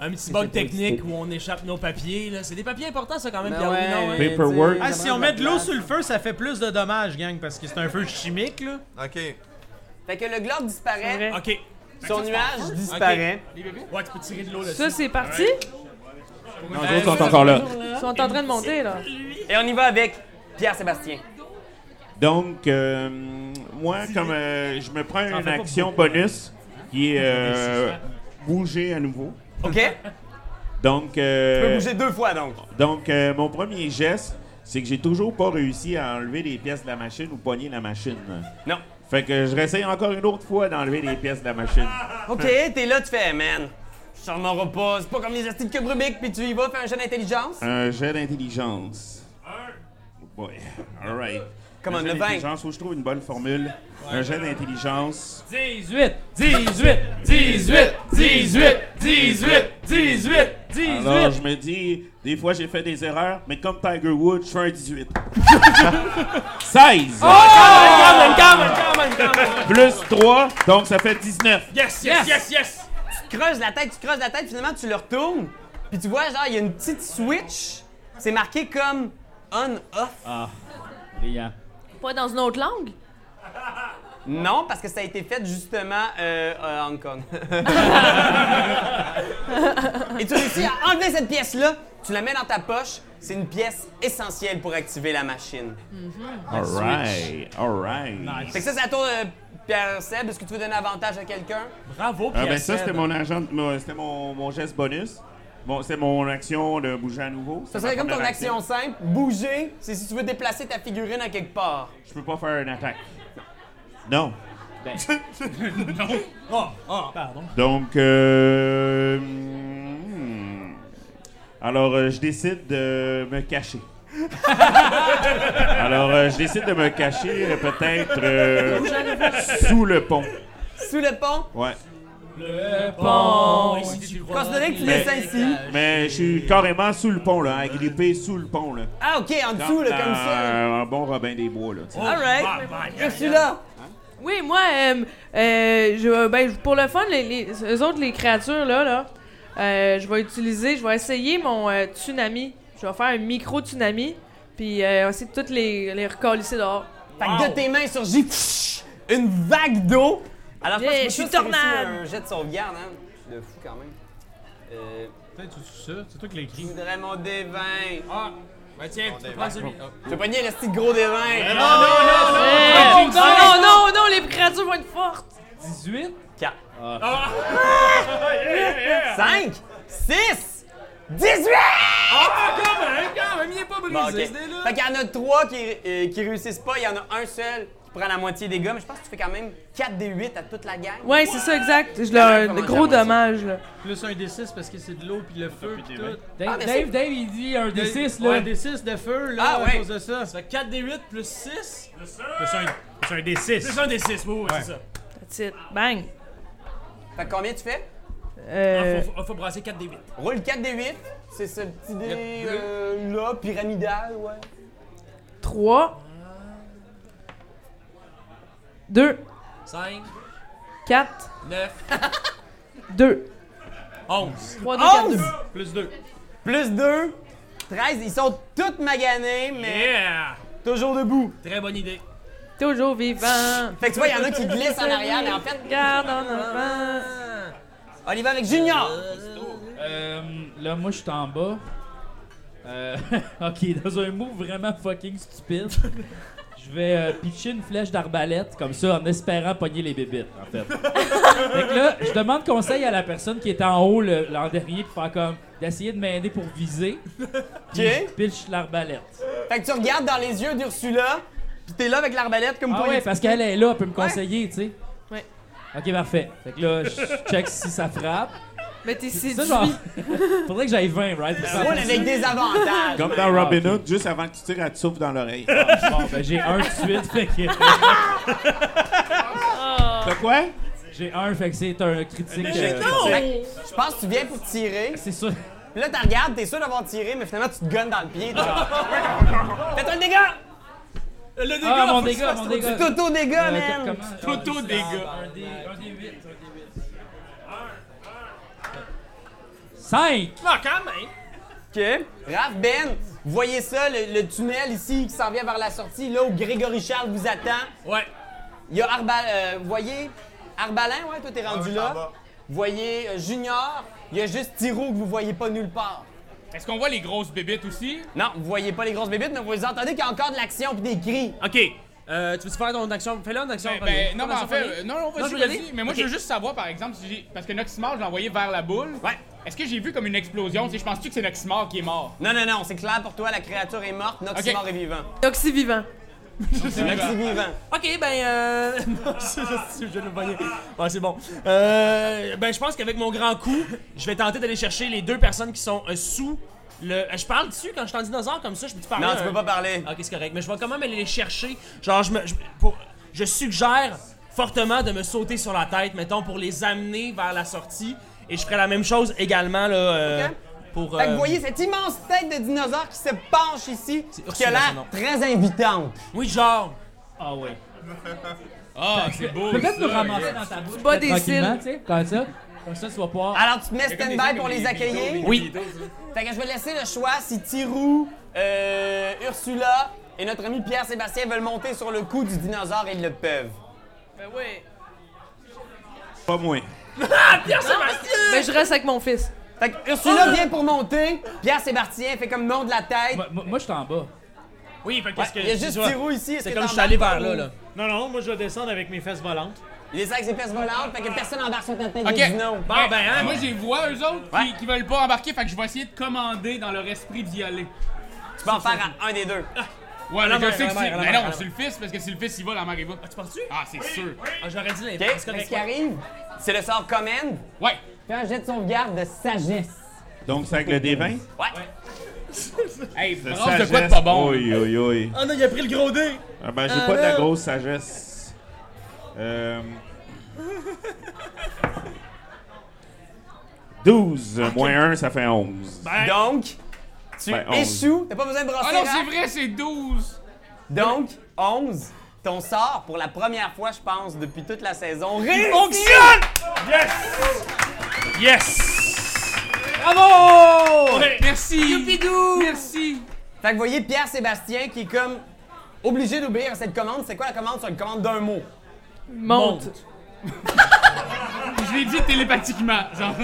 I: Un petit
C: c'est
I: bug
C: pas
I: technique
C: excité.
I: où on échappe nos papiers. là. C'est des papiers importants, ça, quand même,
C: Ben
I: Pierre
C: ouais,
I: Bruno, hein.
C: mais
F: Paperwork.
C: tu sais,
H: Ah, si on met de l'eau sur le feu, ça fait plus de dommages, gang, parce que c'est un feu chimique, là.
B: Ok.
C: Fait que le globe disparaît.
I: Ok.
C: Son nuage disparaît.
I: Ouais, tu peux tirer de l'eau là-dessus.
G: Ça, c'est parti?
F: Non, les
C: Ah,
F: autres sont encore là.
G: Ils sont en train de monter, là.
C: Et on y va avec Pierre-Sébastien.
F: Donc, euh, moi, comme euh, je me prends une action
C: hein.
F: bonus qui est euh, bouger à nouveau.
C: OK?
F: Donc,
C: Tu peux
F: euh,
C: bouger deux fois donc.
F: donc euh, mon premier geste, c'est que j'ai toujours pas réussi à enlever les pièces de la machine ou poigner la machine.
C: Non.
F: Fait que je réessaye encore une autre fois d'enlever les pièces de la machine.
C: OK, t'es là, tu fais, man, je sors mon repas, c'est pas comme les astuces de cube Rubik, puis tu y vas, fais un jeu d'intelligence.
F: Un jet d'intelligence. Oh boy. All right.
C: Comment,
F: Un jet
C: le vingt?
F: d'intelligence, faut que je trouve une bonne formule. Un jet d'intelligence.
E: 18, 18, 18, 18, 18, 18, 18.
F: Alors, je me dis, des fois j'ai fait des erreurs, mais comme Tiger Woods, je fais un 18.
C: Oh!
F: 16! Plus 3, donc ça fait 19.
I: Yes, yes, yes, yes!
C: Tu creuses la tête, tu creuses la tête, finalement tu le retournes, puis tu vois, genre, il y a une petite switch, c'est marqué comme on-off.
E: Brillant.
G: Pas dans une autre langue?
C: Non, parce que ça a été fait justement euh, à Hong Kong. Et tu réussis à enlever cette pièce-là, tu la mets dans ta poche, c'est une pièce essentielle pour activer la machine.
F: All right, all right.
C: Fait que ça, c'est à toi, euh, Pierre-Seb, est-ce que tu veux donner un avantage à quelqu'un?
I: Bravo,
F: Ah,
I: Pierre.
F: ben ça, c'était mon, agent, mon- c'était mon, mon geste bonus. Bon, c'était mon action de bouger à nouveau.
C: Ça serait comme ton action simple. Bouger, c'est si tu veux déplacer ta figurine à quelque part.
F: Je peux pas faire une attaque. Non.
C: Ben. Oh,
H: Pardon.
F: Donc, euh, hmm. alors euh, je décide de me cacher. alors, euh, je décide de me cacher euh, peut-être euh, sous le pont.
C: Sous le pont,
F: Ouais.
I: Bon, ici, tu crois.
C: considérez que tu
F: Mais-
C: descends ici.
F: Mais je suis carrément sous le pont, là, agrippé sous le pont, là.
C: Ah, ok, en dessous, là, comme ça.
F: Euh, Un bon Robin des Bois, là. tu sais.
G: Oh,
C: Alright. Je suis là.
G: Hein? Oui, moi, euh, euh, je, ben, pour le fun, les, les eux autres, les créatures, là, là euh, je vais utiliser, je vais essayer mon euh, tsunami. Je vais faire un micro-tsunami, puis euh, essayer de toutes les, les recolisser dehors.
C: Fait que de tes mains surgit pfff, une vague d'eau. Alors, je pense
G: Yeah,
C: que
G: je suis
C: tous réussir
G: tornade.
C: un jet de sauvegarde, hein. De fou, quand même. Euh,
H: Peut-être tout ça. C'est toi qui l'as
C: je
H: écrit.
C: voudrais mon D20.
I: Ah, ben tiens, tu peux prendre celui. Ah.
C: Je vais pogner le petit gros Ah, D20. Non,
G: Euh, non, non, non, non, les créatures vont être fortes!
E: 18?
C: 4.
I: Ah!
C: 5. 6. 18!
I: Ah, Quand même, il est pas brisé,
C: Bon, ok.
I: ce dé-là.
C: Fait qu'il y en a trois qui, euh, qui réussissent pas, il y en a un seul qui prend la moitié des gars, mais je pense que tu fais quand même 4 des 8 à toute la gang.
G: Ouais, c'est ça, exact. Je leur,
C: Comment
G: gros
C: ça, moi, ça?
G: dommage, là.
H: Plus un D6 parce que c'est de l'eau puis le feu puis tout.
E: Dave,
C: Ah, mais c'est-
E: Dave, Dave, il dit un des 6
H: Ouais,
E: là.
H: Un D6 de feu, là,
C: Ah,
H: à
C: ouais.
H: cause de ça.
I: Ça fait 4 des 8 plus 6.
H: C'est un, c'est un D6.
I: Plus un des 6, oui, oui, c'est ça.
G: That's it. Bang!
C: Fait que combien tu fais?
G: Euh,
I: Faut, faut, faut brasser 4 des 8.
C: Roule 4 des 8, c'est ce petit dé euh, là, pyramidal, ouais.
G: 3, 2,
I: 5,
G: 4,
I: 9,
G: 2.
I: 11.
G: 3, 2, 4, 2.
C: 11!
H: Plus 2.
C: Plus 2, 13, ils sont toutes maganés, mais
I: Yeah!
C: toujours debout.
I: Très bonne idée.
G: Toujours vivant.
C: Fait que tu vois, il y en a qui glissent en arrière, mais en fait,
G: Garde en avant.
C: on y va avec Junior!
E: Euh, là, moi, je suis en bas. Euh, ok, dans un move vraiment fucking stupide, je vais euh, pitcher une flèche d'arbalète comme ça en espérant pogner les bébites, en fait. fait que là, je demande conseil à la personne qui est en haut le- l'an dernier pour faire comme d'essayer de m'aider pour viser. Puis je pitch l'arbalète.
C: Fait que tu regardes dans les yeux d'Ursula, pis t'es là avec l'arbalète comme
E: Ah
C: pour
E: ouais, parce qu'elle est là, elle peut me conseiller, tu sais.
G: Ouais.
E: Ok, parfait. Fait que là, je check si ça frappe.
G: Mais t'es séduit.
E: Ça, genre. Faudrait que j'aille 20, right?
C: Roule avec des avantages.
F: Comme dans Robin Hood, juste avant que tu tires, elle te souffle dans l'oreille.
E: Bon, ben j'ai un tout de suite, fait que.
F: T'as quoi?
E: J'ai un, fait que c'est un critique. euh,
C: Fait que Je pense que tu viens pour tirer.
E: C'est sûr.
C: Puis Là, t'en regardes, t'es sûr d'avoir tiré, mais finalement, tu te gonnes dans le pied. t'es
E: Ah.
C: genre, Fais-toi le dégât!
I: Le dégât,
E: Ah, mon
I: faut que tu
E: dégât,
I: fasses
E: mon
I: ton-
E: dégât.
C: Toto dégât,
E: Euh,
C: man!
E: comment-
I: Toto dégât.
E: Un dé 8. 5!
I: Non, quand même.
C: OK. Raph, Ben, vous voyez ça, le, le tunnel ici qui s'en vient vers la sortie, là où Grégory Charles vous attend.
I: Ouais.
C: Il y a Arbal... euh, vous voyez? Arbalin, ouais, toi, t'es rendu là. Vous voyez euh, Junior. Il y a juste Tiro que vous voyez pas nulle part.
I: Est-ce qu'on voit les grosses bébites aussi?
C: Non, vous voyez pas les grosses bébites, mais vous entendez qu'il y a encore de l'action puis des cris.
K: Ok. Euh, tu veux faire ton action? Fais-le en action.
I: Ben,
K: premier.
I: ben, non, mais en
K: Action
I: fait,
K: premier.
I: euh, non, non,
K: Non,
I: vas-y,
K: je veux y aller.
I: vas-y. Mais moi,
K: Ok.
I: je veux juste savoir, par exemple, si j'ai- parce que Noximor, je l'ai envoyé vers la boule.
C: Ouais.
I: Est-ce que j'ai vu comme une explosion? Tu sais, je pense-tu que c'est Noximor qui est mort?
C: Non, non, non, c'est clair pour toi, la créature est morte, Noximor
I: Ok.
C: est vivant.
G: Donc, c'est vivant.
C: Noxy vivant.
K: Ok, ben. Euh... non, c'est- c'est- je vais le voyer. Ouais, c'est bon. Euh, ben, je pense qu'avec mon grand coup, je vais tenter d'aller chercher les deux personnes qui sont euh, sous le. euh, Je parle dessus quand je suis en dinosaure comme ça, je peux te parler.
C: Non, tu
K: un-
C: peux pas parler.
K: Ok, c'est correct. Mais je vais quand même aller les chercher. Genre, je me. Je, pour- je suggère fortement de me sauter sur la tête, mettons, pour les amener vers la sortie. Et je ferai la même chose également, là. euh,
C: Ok.
K: Pour.
C: Fait que
K: euh,
C: vous voyez cette immense tête de dinosaure qui se penche ici, qui a
K: Ursula, son
C: l'air
K: nom.
C: très invitante.
K: Oui, genre.
E: Ah ouais.
I: Ah, c'est beau!
E: Peut-être
I: ça.
E: nous ramasser dans ta bouche.
G: bas des
E: tranquillement,
G: cils.
E: tu sais, comme ça. Comme ça, tu vas pouvoir.
C: Alors, tu te mets
I: comme des gens
C: stand-by pour
I: comme
C: les
I: les
C: accueillir.
K: Oui.
C: Fait que je vais laisser le choix si Tirou, euh, Ursula et notre ami Pierre-Sébastien veulent monter sur le cou du dinosaure et ils le peuvent.
K: Ben, oui.
F: Pas moins.
G: Mais je reste avec mon fils.
C: Fait que Ursula
K: Ah!
C: vient pour monter, Pierre-Sébastien fait comme non de la tête.
I: Ah.
E: Moi, moi- moi, je suis en bas.
K: Oui, fait
C: Ouais,
K: qu'est-ce
C: il
K: que.
C: y a juste
K: tu vois,
C: Tirou ici. est-ce
K: C'est
C: que
K: comme je suis
C: t'embarques
K: allé
C: pas
K: vers
C: ou-
K: là, là.
H: Non, non, moi je vais descendre avec mes fesses volantes.
C: Il est avec ses fesses volantes, fait que personne n'embarque sur ta tête
I: Ok.
C: de dino.
I: Bon,
K: Bon, ben, hein.
I: Moi, j'ai vois eux autres qui, qui veulent pas embarquer, fait que je vais essayer de commander dans leur esprit d'y aller.
C: Tu peux en faire un- un des deux.
I: Ouais, mais
K: mère,
I: je sais que
K: la
I: c'est.
K: mère, la
I: Mais
K: mère,
I: non,
K: la
I: c'est le fils, parce que si le fils, il va, la mère, il va.
K: Tu penses-tu?
I: Ah, c'est sûr.
K: Ah, J'aurais dit les
C: OK? Mais ce qui arrive, c'est le sort command.
I: Ouais.
C: Fais un jet de sauvegarde de sagesse.
F: Donc, c'est avec le D20?
I: Hey,
F: De
I: branche de quoi de pas bon?
F: Oui, oui, oui.
K: Oh non, il a pris le gros dé!
F: Ah ben, j'ai pas de la grosse sagesse. Euh... 12 moins 1, ça fait 11.
C: Donc, Ben, tu
F: Ben, onze.
C: échoues. T'as pas besoin de brasser.
I: Ah non,
C: Raph.
I: c'est vrai, c'est 12!
C: Donc, 11, ton sort, pour la première fois, je pense, depuis toute la saison, réussit!
I: Merci! Merci!
C: Fait que vous voyez Pierre-Sébastien qui est comme obligé d'obéir à cette commande. C'est quoi la commande? C'est une commande d'un mot.
G: Monte.
I: Je l'ai dit télépathiquement, genre.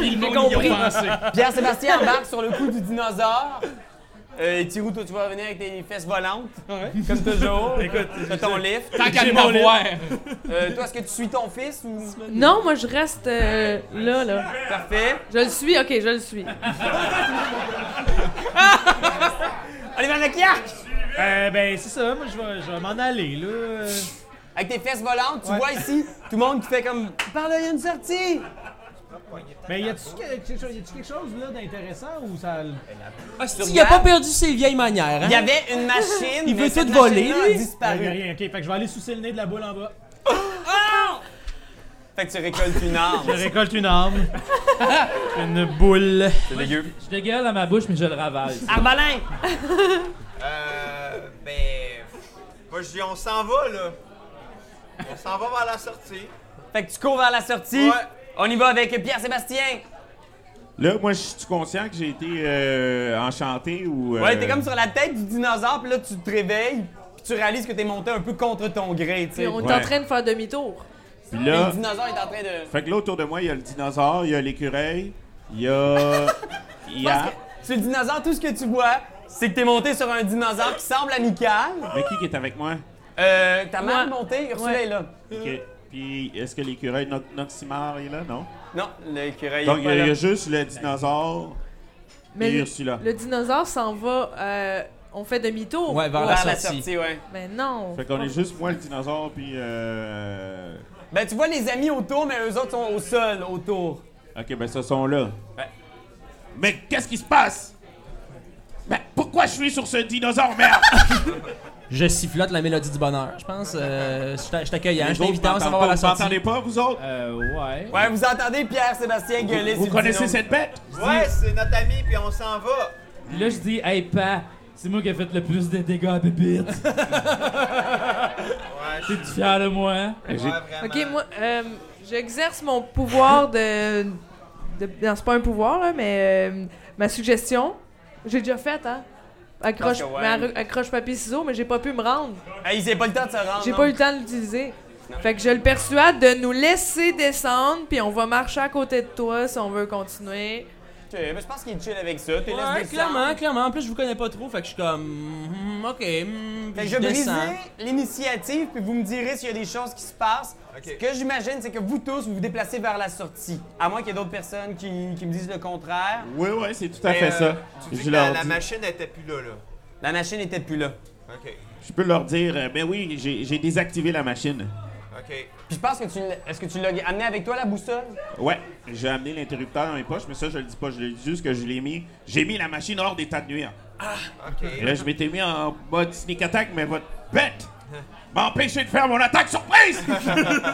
I: Ils m'ont compris. pensé.
C: Pierre-Sébastien embarque sur le cou du dinosaure. Euh, et Thirou, toi, tu vas revenir avec tes fesses volantes,
I: Ah
C: comme toujours. Écoute, ton lift.
I: Tant qu'à m'avoir.
C: Euh, toi, est-ce que tu suis ton fils ou...
G: Non, moi je reste euh, là, là.
C: Parfait.
G: Je le suis, ok, je le suis.
C: Allez, vers le kiak!
H: Euh, ben c'est ça, moi je vais, je vais m'en aller là. Euh,
C: Avec tes fesses volantes, tu vois ici tout le monde qui fait comme Par là, il y a une sortie!
H: Mais Ben, y a-tu que- quelque chose- y a-tu quelque chose là d'intéressant ou ça.
K: il a pas perdu ses vieilles manières, hein?
C: Il y avait une machine.
K: Il
C: mais
K: veut
C: cette
K: tout voler,
C: machine-là
K: lui.
C: a
H: Ah, y a
C: disparu.
H: rien, ok, fait que je vais aller sous le nez de la boule en bas.
C: Fait que tu récoltes une arme.
H: Je récolte une arme. une boule.
E: Je dégueule dans ma bouche, mais je le ravale.
K: Ah.
C: Arbalin!
B: Euh. Ben. Moi, je dis, on s'en va, là. On s'en va vers la sortie.
C: Fait que tu cours vers la sortie.
B: Ouais.
C: On y va avec Pierre-Sébastien.
F: Là, moi, je suis conscient que j'ai été euh, enchanté ou. euh,
C: Ouais, t'es comme sur la tête du dinosaure, puis là, tu te réveilles, puis tu réalises que t'es monté un peu contre ton gré, tu sais.
G: Puis on est
F: Ouais.
G: en train de faire demi-tour.
F: Puis
C: Puis
F: là,
C: Le dinosaure est en train de.
F: fait que là, autour de moi, il y a le dinosaure, il y a l'écureuil, il y a. Il y a.
C: Sur le dinosaure, tout ce que tu vois, c'est que t'es monté sur un dinosaure qui semble amical.
F: Mais qui qui est avec moi?
C: Euh, ta mère est
G: Ouais.
C: montée, Ursula
G: Ouais.
C: est là.
F: Ok. Puis, est-ce que l'écureuil no Noximar est là? Non.
C: Non, l'écureuil
F: Donc,
C: est
F: il y,
C: pas
F: a- il y
C: là.
F: a juste le dinosaure
G: Mais
F: et
G: le,
F: Ursula.
G: le dinosaure s'en va. euh, on fait demi-tour.
K: Ouais, vers la
C: Vers la
K: sortie.
C: sortie, ouais.
G: Mais non.
F: Fait qu'on est juste moi, le dinosaure, puis. Euh...
C: Ben, tu vois les amis autour, mais eux autres sont au sol autour.
F: Ok, ben ce sont là. Mais qu'est-ce qui se passe? Ben pourquoi je suis sur ce dinosaure, merde?
I: Je sifflote la mélodie du bonheur, je pense. Euh, je t'a- je t'accueille, hein,
F: Les
I: je t'invite à
F: autres
I: s'en va à la
F: m'entendent
I: sortie.
F: pas, Vous entendez pas, vous autres?
E: Euh, ouais.
C: Ouais, vous entendez Pierre-Sébastien gueuler
F: Vous
C: sur le
F: connaissez
C: binôme.
F: cette bête?
B: Ouais, c'est notre ami, puis on s'en va.
E: Puis là, je dis, hey, pa, c'est moi qui ai fait le plus de dégâts à Bébite.
B: Ouais, je
E: T'es-tu fier de moi? hein?
B: ouais, vraiment.
G: Ok, moi, euh, j'exerce mon pouvoir de. de- non, c'est pas un pouvoir, là, mais euh, ma suggestion. J'ai déjà fait, hein. Accroche,
C: Je pense que ouais.
G: ma re- accroche papier ciseaux, mais j'ai pas pu me rendre.
C: Hey, ils n'avaient pas le temps de se rendre.
G: J'ai
C: non?
G: pas eu le temps de l'utiliser. Fait que je le persuade de nous laisser descendre, puis on va marcher à côté de toi si on veut continuer.
C: Ok, ben, je pense qu'il est chill avec ça. T'es
K: Ouais,
C: laisse
K: clairement,
C: descendre.
K: clairement. En plus, je vous connais pas trop, fait que je suis comme. hmm, ok, hmm,
C: Fait
K: puis
C: que
K: je
C: Ben, je vais briser
K: descends.
C: l'initiative, puis vous me direz s'il y a des choses qui se passent.
B: Ok.
C: Ce que j'imagine, c'est que vous tous, vous vous déplacez vers la sortie. À moins qu'il y ait d'autres personnes qui, qui me disent le contraire.
F: Oui, oui, c'est tout à
B: Mais,
F: fait
B: euh,
F: ça.
B: Tu dis
F: Je
B: que la,
F: leur
B: la
F: dis-
B: machine était plus là, là.
C: La machine était plus là.
B: Ok,
F: Je peux leur dire, euh, ben oui, j'ai j'ai désactivé la machine.
B: ok.
C: Puis je pense que tu l'as- Est-ce que tu l'as amené avec toi, la boussole?
F: Ouais, j'ai amené l'interrupteur dans mes poches, mais ça, je le dis pas, je le dis juste que je l'ai mis. J'ai mis la machine hors d'état de nuire. Et
B: Ok.
F: là, je m'étais mis en mode sneak attack, mais votre bête m'a empêché de faire mon attaque surprise!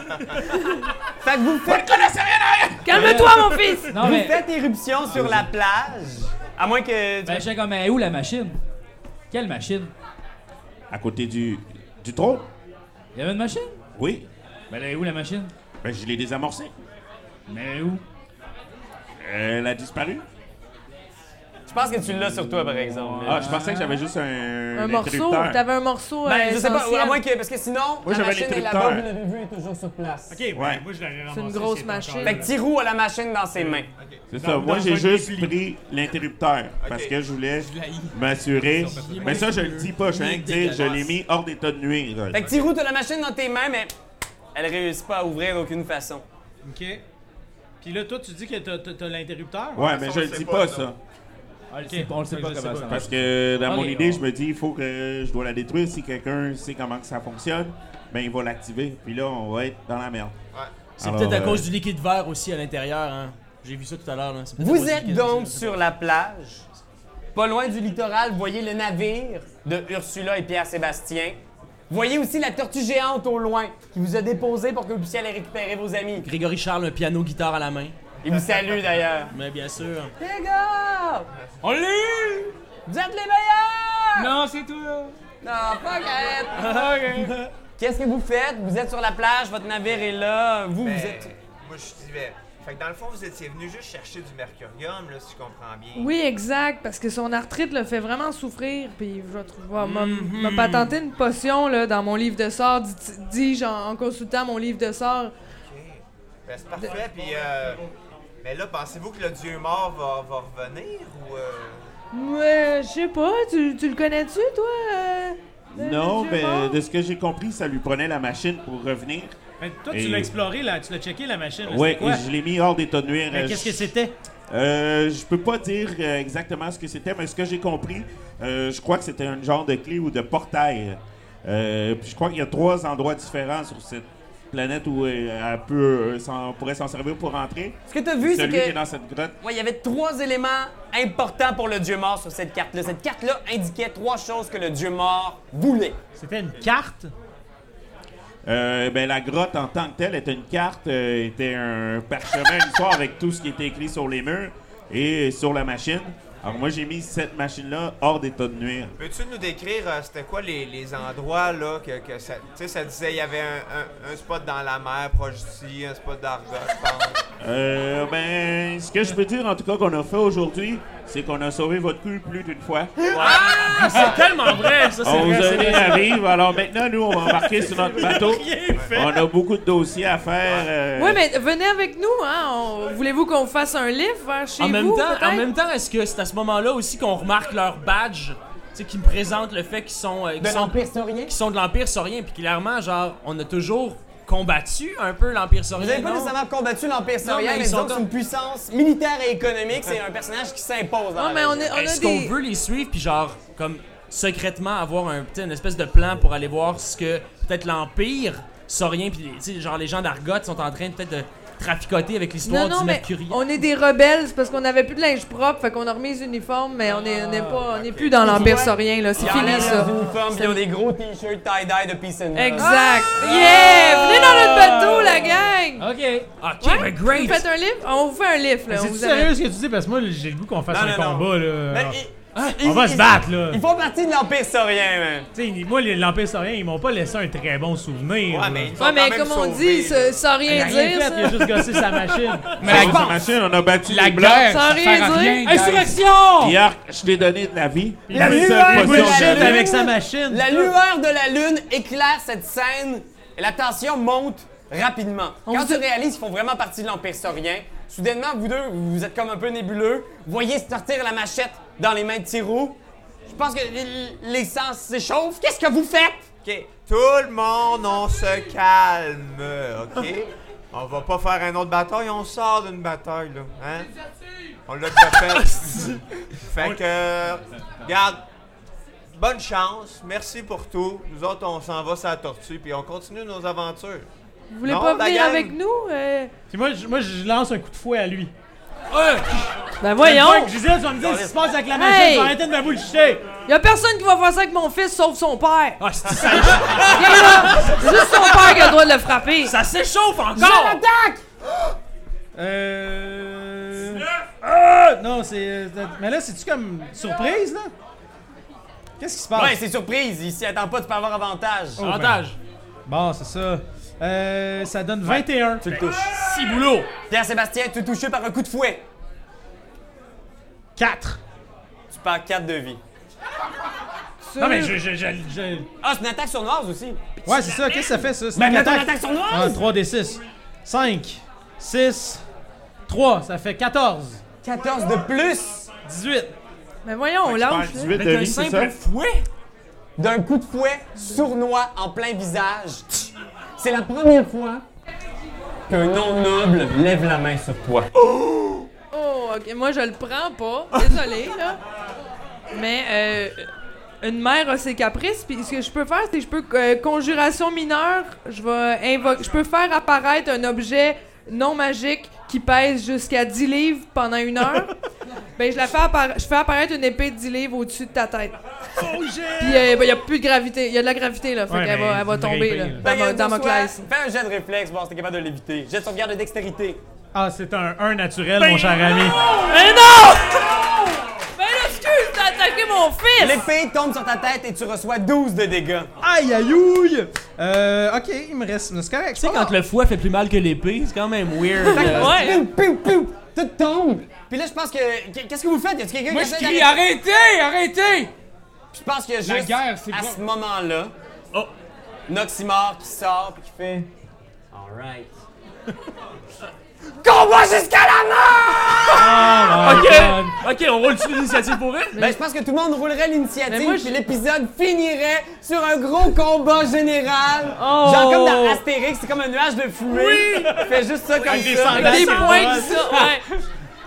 C: Fait que vous
F: Vous
C: faites,
F: ne connaissez rien à rien!
G: Calme-toi, mon fils!
E: Non,
C: vous
E: mais.
C: faites éruption sur la plage. À moins que... tu-
E: Ben, j'étais comme, mais où la machine? Quelle machine?
F: À côté du, du trône?
E: Il y avait une machine?
F: Oui.
E: Ben, là, où la machine?
F: Ben, je l'ai désamorcé.
E: Mais où?
F: Elle a disparu.
C: Je pense que tu l'as sur toi, par exemple.
F: Ah, je pensais que j'avais juste un,
G: Un morceau,
F: interrupteur.
G: t'avais un morceau.
C: Ben,
G: euh,
C: je sais pas,
G: essentiel.
C: à moins que. Parce que sinon, la
F: Moi, j'avais
C: machine
F: les
C: est là-bas,
F: tripteurs.
C: vous l'avez vu, elle est toujours sur place.
H: Ok, ouais.
F: Ouais.
H: moi je l'avais ramassé.
G: C'est une grosse
H: s'il était
G: machine.
H: encore là.
C: Fait que Tirou a la machine dans ses mains.
F: ben, C'est
H: Dans-
F: ça. Moi,
H: dans
F: j'ai
H: un
F: juste
H: dépli.
F: pris l'interrupteur parce que je voulais m'assurer. Mais ça, je le dis pas. Je viens de dire, je l'ai mis hors d'état de nuire.
C: Fait que Tirou, t'as la machine dans tes mains, mais elle réussit pas à ouvrir d'aucune façon.
H: Ok. Puis là, toi, tu dis que t'as- t'as t'as l'interrupteur.
F: Ouais, mais je le dis pas, ça.
E: On Ah, le sait pas, on le sait pas
H: je
E: comment
H: sais
E: ça
H: pas.
E: marche.
F: Parce que dans
E: Ok,
F: mon idée,
E: on-
F: je me dis, il faut que je dois la détruire. Si quelqu'un sait comment que ça fonctionne, ben il va l'activer. Puis là, on va être dans la merde.
K: C'est peut-être à
F: Alors, euh,
K: cause du liquide vert aussi à l'intérieur, hein. J'ai vu ça tout à l'heure, là. C'est peut-être à cause
C: Vous
K: du
C: êtes
K: liquide,
C: donc
K: je sais
C: sur la plage. Pas loin du littoral, voyez le navire de Ursula et Pierre-Sébastien. Voyez aussi la tortue géante au loin qui vous a déposé pour que vous puissiez aller récupérer vos amis.
K: pas. Grégory Charles, un piano-guitare à la main.
C: Il vous salue d'ailleurs.
K: Mais bien sûr.
C: Les gars!
K: On l'a eu!
C: Vous êtes les meilleurs!
K: Non, c'est toi!
C: Non, pas Qu'est-ce que vous faites? Vous êtes sur la plage, votre navire est là, vous,
B: Ben,
C: vous êtes...
B: Moi, je disais. Fait que dans le fond, vous étiez venu juste chercher du mercurium, là, si je comprends bien.
G: Oui, exact, parce que son arthrite le fait vraiment souffrir, puis je vais trouver, m'a
K: Mhm.
G: m'a patenté une potion là, dans mon livre de sorts, dit- dis-je en, en consultant mon livre de sorts.
B: Ok. Ben, c'est parfait, puis. euh, Mais là, pensez-vous que le dieu mort va, va revenir ou. euh,
G: Ouais, je sais pas, tu, tu le connais-tu, toi? euh, le-
F: Non,
G: le
F: mais euh,
G: vieux mort?
F: de ce que j'ai compris, ça lui prenait la machine pour revenir.
H: Fait que toi, tu
F: Et-
H: l'as exploré, là. Tu l'as checké, la machine. là,
F: Oui,
H: c'était quoi?
F: je l'ai mis hors d'état de nuire.
H: Mais
F: Euh,
H: qu'est-ce
F: je-
H: que c'était?
F: Euh, je peux pas dire euh, exactement ce que c'était, mais ce que j'ai compris, euh, je crois que c'était un genre de clé ou de portail. Euh, puis je crois qu'il y a trois endroits différents sur cette planète où euh, elle peut, euh, s'en- on pourrait s'en servir pour rentrer.
C: Ce que t'as vu, c'est
F: Celui qui est
C: que...
F: dans cette grotte.
C: Ouais, il y avait trois éléments importants pour le dieu mort sur cette carte-là. Cette carte-là indiquait trois choses que le dieu mort voulait.
H: C'était une carte?
F: Euh, ben, la grotte en tant que telle était une carte, euh, était un parchemin, une histoire avec tout ce qui était écrit sur les murs et sur la machine. Alors moi j'ai mis cette machine-là hors d'état de nuire.
B: Peux-tu nous décrire, euh, c'était quoi les, les endroits, là, que, que ça. Tu sais, ça disait, il y avait un, un- un spot dans la mer proche d'ici, un spot d'Argot, je pense.
F: Euh, ben, ce que je peux dire en tout cas qu'on a fait aujourd'hui, c'est qu'on a sauvé votre cul plus d'une fois.
K: C'est tellement vrai, ça, c'est
F: Ah! On vous
K: vrai.
F: a
K: c'est
F: aidé
K: vrai.
F: à vivre. Alors maintenant, nous, on va embarquer sur notre bateau. On a beaucoup de dossiers à faire. euh,
G: Ouais, mais venez avec nous, hein. on- Voulez-vous qu'on fasse un livre vers chez
K: En même,
G: vous?
K: temps, en
G: peut-être?
K: même temps, est-ce que c'est à ce moment-là aussi qu'on remarque leur badge? Tu sais, qui me présente le fait qu'ils sont,
H: Ben
K: euh, qu'ils sont,
C: saurien?
K: qu'ils sont de l'Empire saurien, puis clairement, genre, on a toujours combattu un peu l'Empire
C: Vous
K: saurien.
H: Ben
C: n'avez pas
K: non?
C: nécessairement combattu l'Empire saurien,
K: mais
C: mais,
K: ils
C: disons
K: sont
C: que c'est une puissance militaire et économique, c'est un personnage qui s'impose dans
G: Non,
C: la
G: mais on,
C: région.
G: est- on a
K: euh, Est-ce qu'on
G: des.
K: veut les suivre puis genre comme secrètement avoir un petit- une espèce de plan pour aller voir ce que peut-être l'empire saurien puis les- tu sais, genre les gens d'Argot sont en train peut-être de traficoter avec
G: Non,
K: l'histoire
G: non,
K: du
G: mais
K: Mercurien.
G: on est des rebelles, c'est parce qu'on avait plus de linge propre, fait qu'on a remis les uniformes, mais on
K: Ah,
G: est, on est pas, on est plus dans l'Empire saurien, là. C'est
C: Ils
G: fini,
C: enlèvent
G: ça.
C: leurs uniformes, puis Ils ont des gros t-shirts tie-dye de Peace and Love.
G: Exact. Yeah! Venez dans notre bateau,
H: Ah!
G: la gang!
E: OK.
K: Ok,
G: Ouais?
K: ben
G: Vous
K: great!
G: faites un livre? On vous fait un livre, là. On
H: C'est
G: vous amène.
H: sérieux ce que tu dis? Parce que moi, j'ai le goût qu'on fasse
C: Non,
H: un
C: non, non.
H: combat, là.
C: Ben,
H: Tu
C: ils-
H: on
C: ils-
H: va se
C: ils-
H: battre, là.
C: Ils font partie de l'Empire saurien, man.
H: sais, moi, les- l'Empire saurien, ils m'ont pas laissé un très bon souvenir.
B: Ouais,
H: là.
B: mais, ils sont
G: Ouais,
B: quand
G: mais
B: même
G: comme on
B: sauvés,
G: dit,
B: là.
G: ça- sans
H: Il
G: rien
H: a rien
G: dire,
H: fait, il a
G: ça.
H: juste gossé sa machine.
J: Mais
F: Sur
J: la,
F: la machine, on a battu
J: la
F: les blocs.
J: guerre,
G: Sans
J: ça
G: rien
J: sert à
G: dire.
J: rien. guys.
C: Insurrection!
F: Hier, je t'ai donné de la vie.
H: La
F: seule
H: lueur
F: potion que
H: bullshit
F: j'avais.
H: avec sa machine.
C: La lueur de la lune éclaire cette scène et la tension monte rapidement. Quand tu réalises qu'ils font vraiment partie de l'Empire saurien, soudainement, vous deux, vous êtes comme un peu nébuleux. Vous voyez sortir la machette dans les mains de Tiro. Je pense que l- l'essence s'échauffe. Qu'est-ce que vous faites?
B: OK. Tout le monde, on se calme, OK? On va pas faire un autre bataille, on sort d'une bataille, là. Hein? On l'a déjà fait. fait que, regarde, bonne chance, merci pour tout. Nous autres, on s'en va sur la tortue, puis on continue nos aventures.
G: Vous voulez
B: Non,
G: pas
B: la
G: venir
B: gang.
G: avec nous? euh?
H: Puis moi, je- moi, je lance un coup de fouet à lui.
G: Ben
H: Voyons!
G: voyons!
H: Gisèle, tu vas me dire ce qui se passe avec la machine.
G: Hey!
H: Tu vas arrêter de me bullshiter.
G: Y a personne qui va faire ça avec mon fils, sauf son père!
K: Ah, c'est- ça,
G: Viens là! C'est juste son père qui a le droit de le frapper!
K: ça s'échauffe encore!
H: Euh. Ah! Non, c'est. euh, Mais là, c'est-tu comme surprise, là? Qu'est-ce qui se passe?
C: Ouais, c'est surprise. Il s'y attend pas, tu peux avoir avantage.
H: Ah. Oh, ben.
K: Avantage!
H: Bon, c'est ça. Euh. Ça donne 21. Tu le touches.
K: Si boulot!
C: Pierre-Sébastien, tu es touché par un coup de fouet.
H: 4.
C: Tu perds 4 de vie.
H: Non, mais je. je, je, je-
C: Ah, c'est une attaque sournoise aussi.
H: Ouais, c'est ça. Qu'est-ce que ça fait, ça? C'est
C: Mais
H: une
C: mettons l'attaque sournoise!
H: Ah, 3d6. 5, 6, 3. Ça fait 14.
C: 14 de plus
H: 18.
G: Mais Ben voyons, on
F: Ah,
G: lâche, là.
F: 18 de vie, c'est ça?
C: fouet D'un coup de fouet sournois en plein visage. C'est la première fois qu'un homme noble lève la main sur toi.
G: Oh, ok, moi je le prends pas. Désolé, là. Mais euh, une mère a ses caprices, puis ce que je peux faire, c'est que je peux euh, conjuration mineure, je vais invoquer, je peux faire apparaître un objet non magique qui pèse jusqu'à 10 livres pendant une heure. ben je la fais appara- je fais apparaître une épée de 10 livres au-dessus de ta tête. Puis euh, ben, il y a plus de gravité, il y a de la gravité là, fait
H: Ouais,
G: qu'elle
H: mais
G: va, elle va
H: c'est une
G: tomber
H: épée,
G: là,
H: là.
C: Ben,
G: dans ma, dans ma
C: Soit,
G: classe.
C: Fais un jet de réflexe, voir si t'es capable de l'éviter. Jet de sauvegarde de dextérité.
H: Ah, c'est un 1 naturel, mon cher ami.
G: Mais non! Mais Ben, là, excuse, t'as attaqué mon fils!
C: L'épée tombe sur ta tête et tu reçois 12 de dégâts.
H: Aïe, aïe, ouille! Euh, ok, il me reste. C'est correct.
I: Tu sais, quand le fouet fait plus mal que l'épée, c'est quand même weird. euh.
G: Ouais.
C: Piou, piou, piou. Tout tombe. Puis là, je pense que. Qu'est-ce que vous faites? Y a quelqu'un
J: Moi,
C: qui
J: je
C: essaie
J: crie
C: d'arrêter?
J: arrêtez, arrêtez!
C: Je pense que juste
J: guerre, c'est Oh.
C: à
J: bon.
C: ce moment-là, Noximor qui sort et qui fait Alright. Combat jusqu'à la mort!
I: Oh ok, on roule sur l'initiative pour elle?
C: Ben, je pense que tout le monde roulerait l'initiative,
G: Mais moi,
C: puis
G: je-
C: l'épisode finirait sur un gros combat général.
G: Oh!
C: Genre comme dans Astérix, c'est comme un nuage de fumée. Oui! Fait juste ça comme ça.
G: Des points, tout ça, ouais.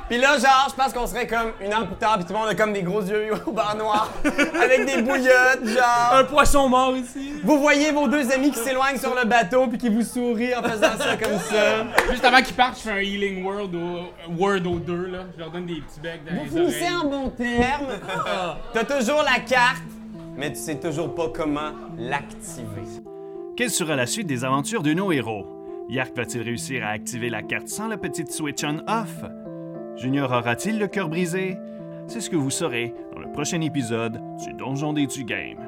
C: Puis là, genre, je pense qu'on serait comme une heure plus tard, puis tout le monde a comme des gros yeux au bar noir, avec des bouillottes, genre.
I: Un poisson mort ici.
C: Vous voyez vos deux amis qui s'éloignent sur le bateau puis qui vous sourient en faisant ça comme ça.
J: Juste avant qu'ils partent, je fais un Healing World au, Word aux deux, là. Je leur donne des petits becs dans
C: Vous
J: les
C: finissez
J: oreilles.
C: en bon terme. T'as toujours la carte, mais tu sais toujours pas comment l'activer.
A: Quelle sera la suite des aventures de nos héros? Yark va-t-il réussir à activer la carte sans la petite switch on-off? Junior aura-t-il le cœur brisé? C'est ce que vous saurez dans le prochain épisode du Donjon des Du Game.